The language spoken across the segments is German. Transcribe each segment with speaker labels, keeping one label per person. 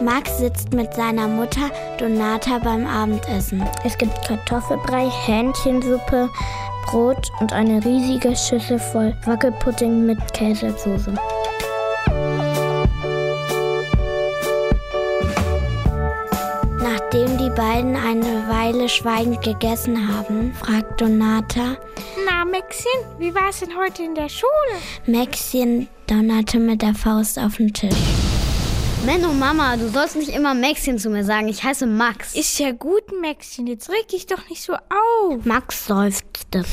Speaker 1: Max sitzt mit seiner Mutter Donata beim Abendessen.
Speaker 2: Es gibt Kartoffelbrei, Hähnchensuppe, Brot und eine riesige Schüssel voll Wackelpudding mit Käsesoße.
Speaker 1: Nachdem die beiden eine Weile schweigend gegessen haben, fragt Donata,
Speaker 3: Na, Maxchen, wie war es denn heute in der Schule?
Speaker 1: Maxchen donnerte mit der Faust auf den Tisch.
Speaker 4: Menno, Mama, du sollst nicht immer Maxchen zu mir sagen. Ich heiße Max.
Speaker 3: Ist ja gut, Maxchen, jetzt reg dich doch nicht so auf.
Speaker 2: Max seufzte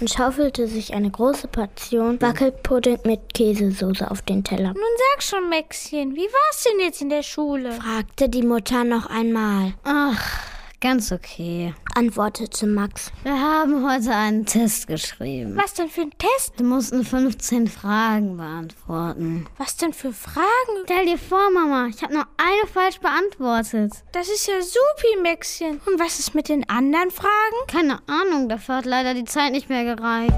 Speaker 2: und schaufelte sich eine große Portion Wackelpudding mit Käsesoße auf den Teller.
Speaker 3: Nun sag schon, Maxchen, wie war es denn jetzt in der Schule?
Speaker 1: fragte die Mutter noch einmal.
Speaker 4: Ach, ganz okay.
Speaker 2: Antwortete Max.
Speaker 4: Wir haben heute einen Test geschrieben.
Speaker 3: Was denn für ein Test?
Speaker 4: Wir mussten 15 Fragen beantworten.
Speaker 3: Was denn für Fragen?
Speaker 4: Stell dir vor, Mama, ich habe nur eine falsch beantwortet.
Speaker 3: Das ist ja supi, Maxchen. Und was ist mit den anderen Fragen?
Speaker 4: Keine Ahnung, dafür hat leider die Zeit nicht mehr gereicht.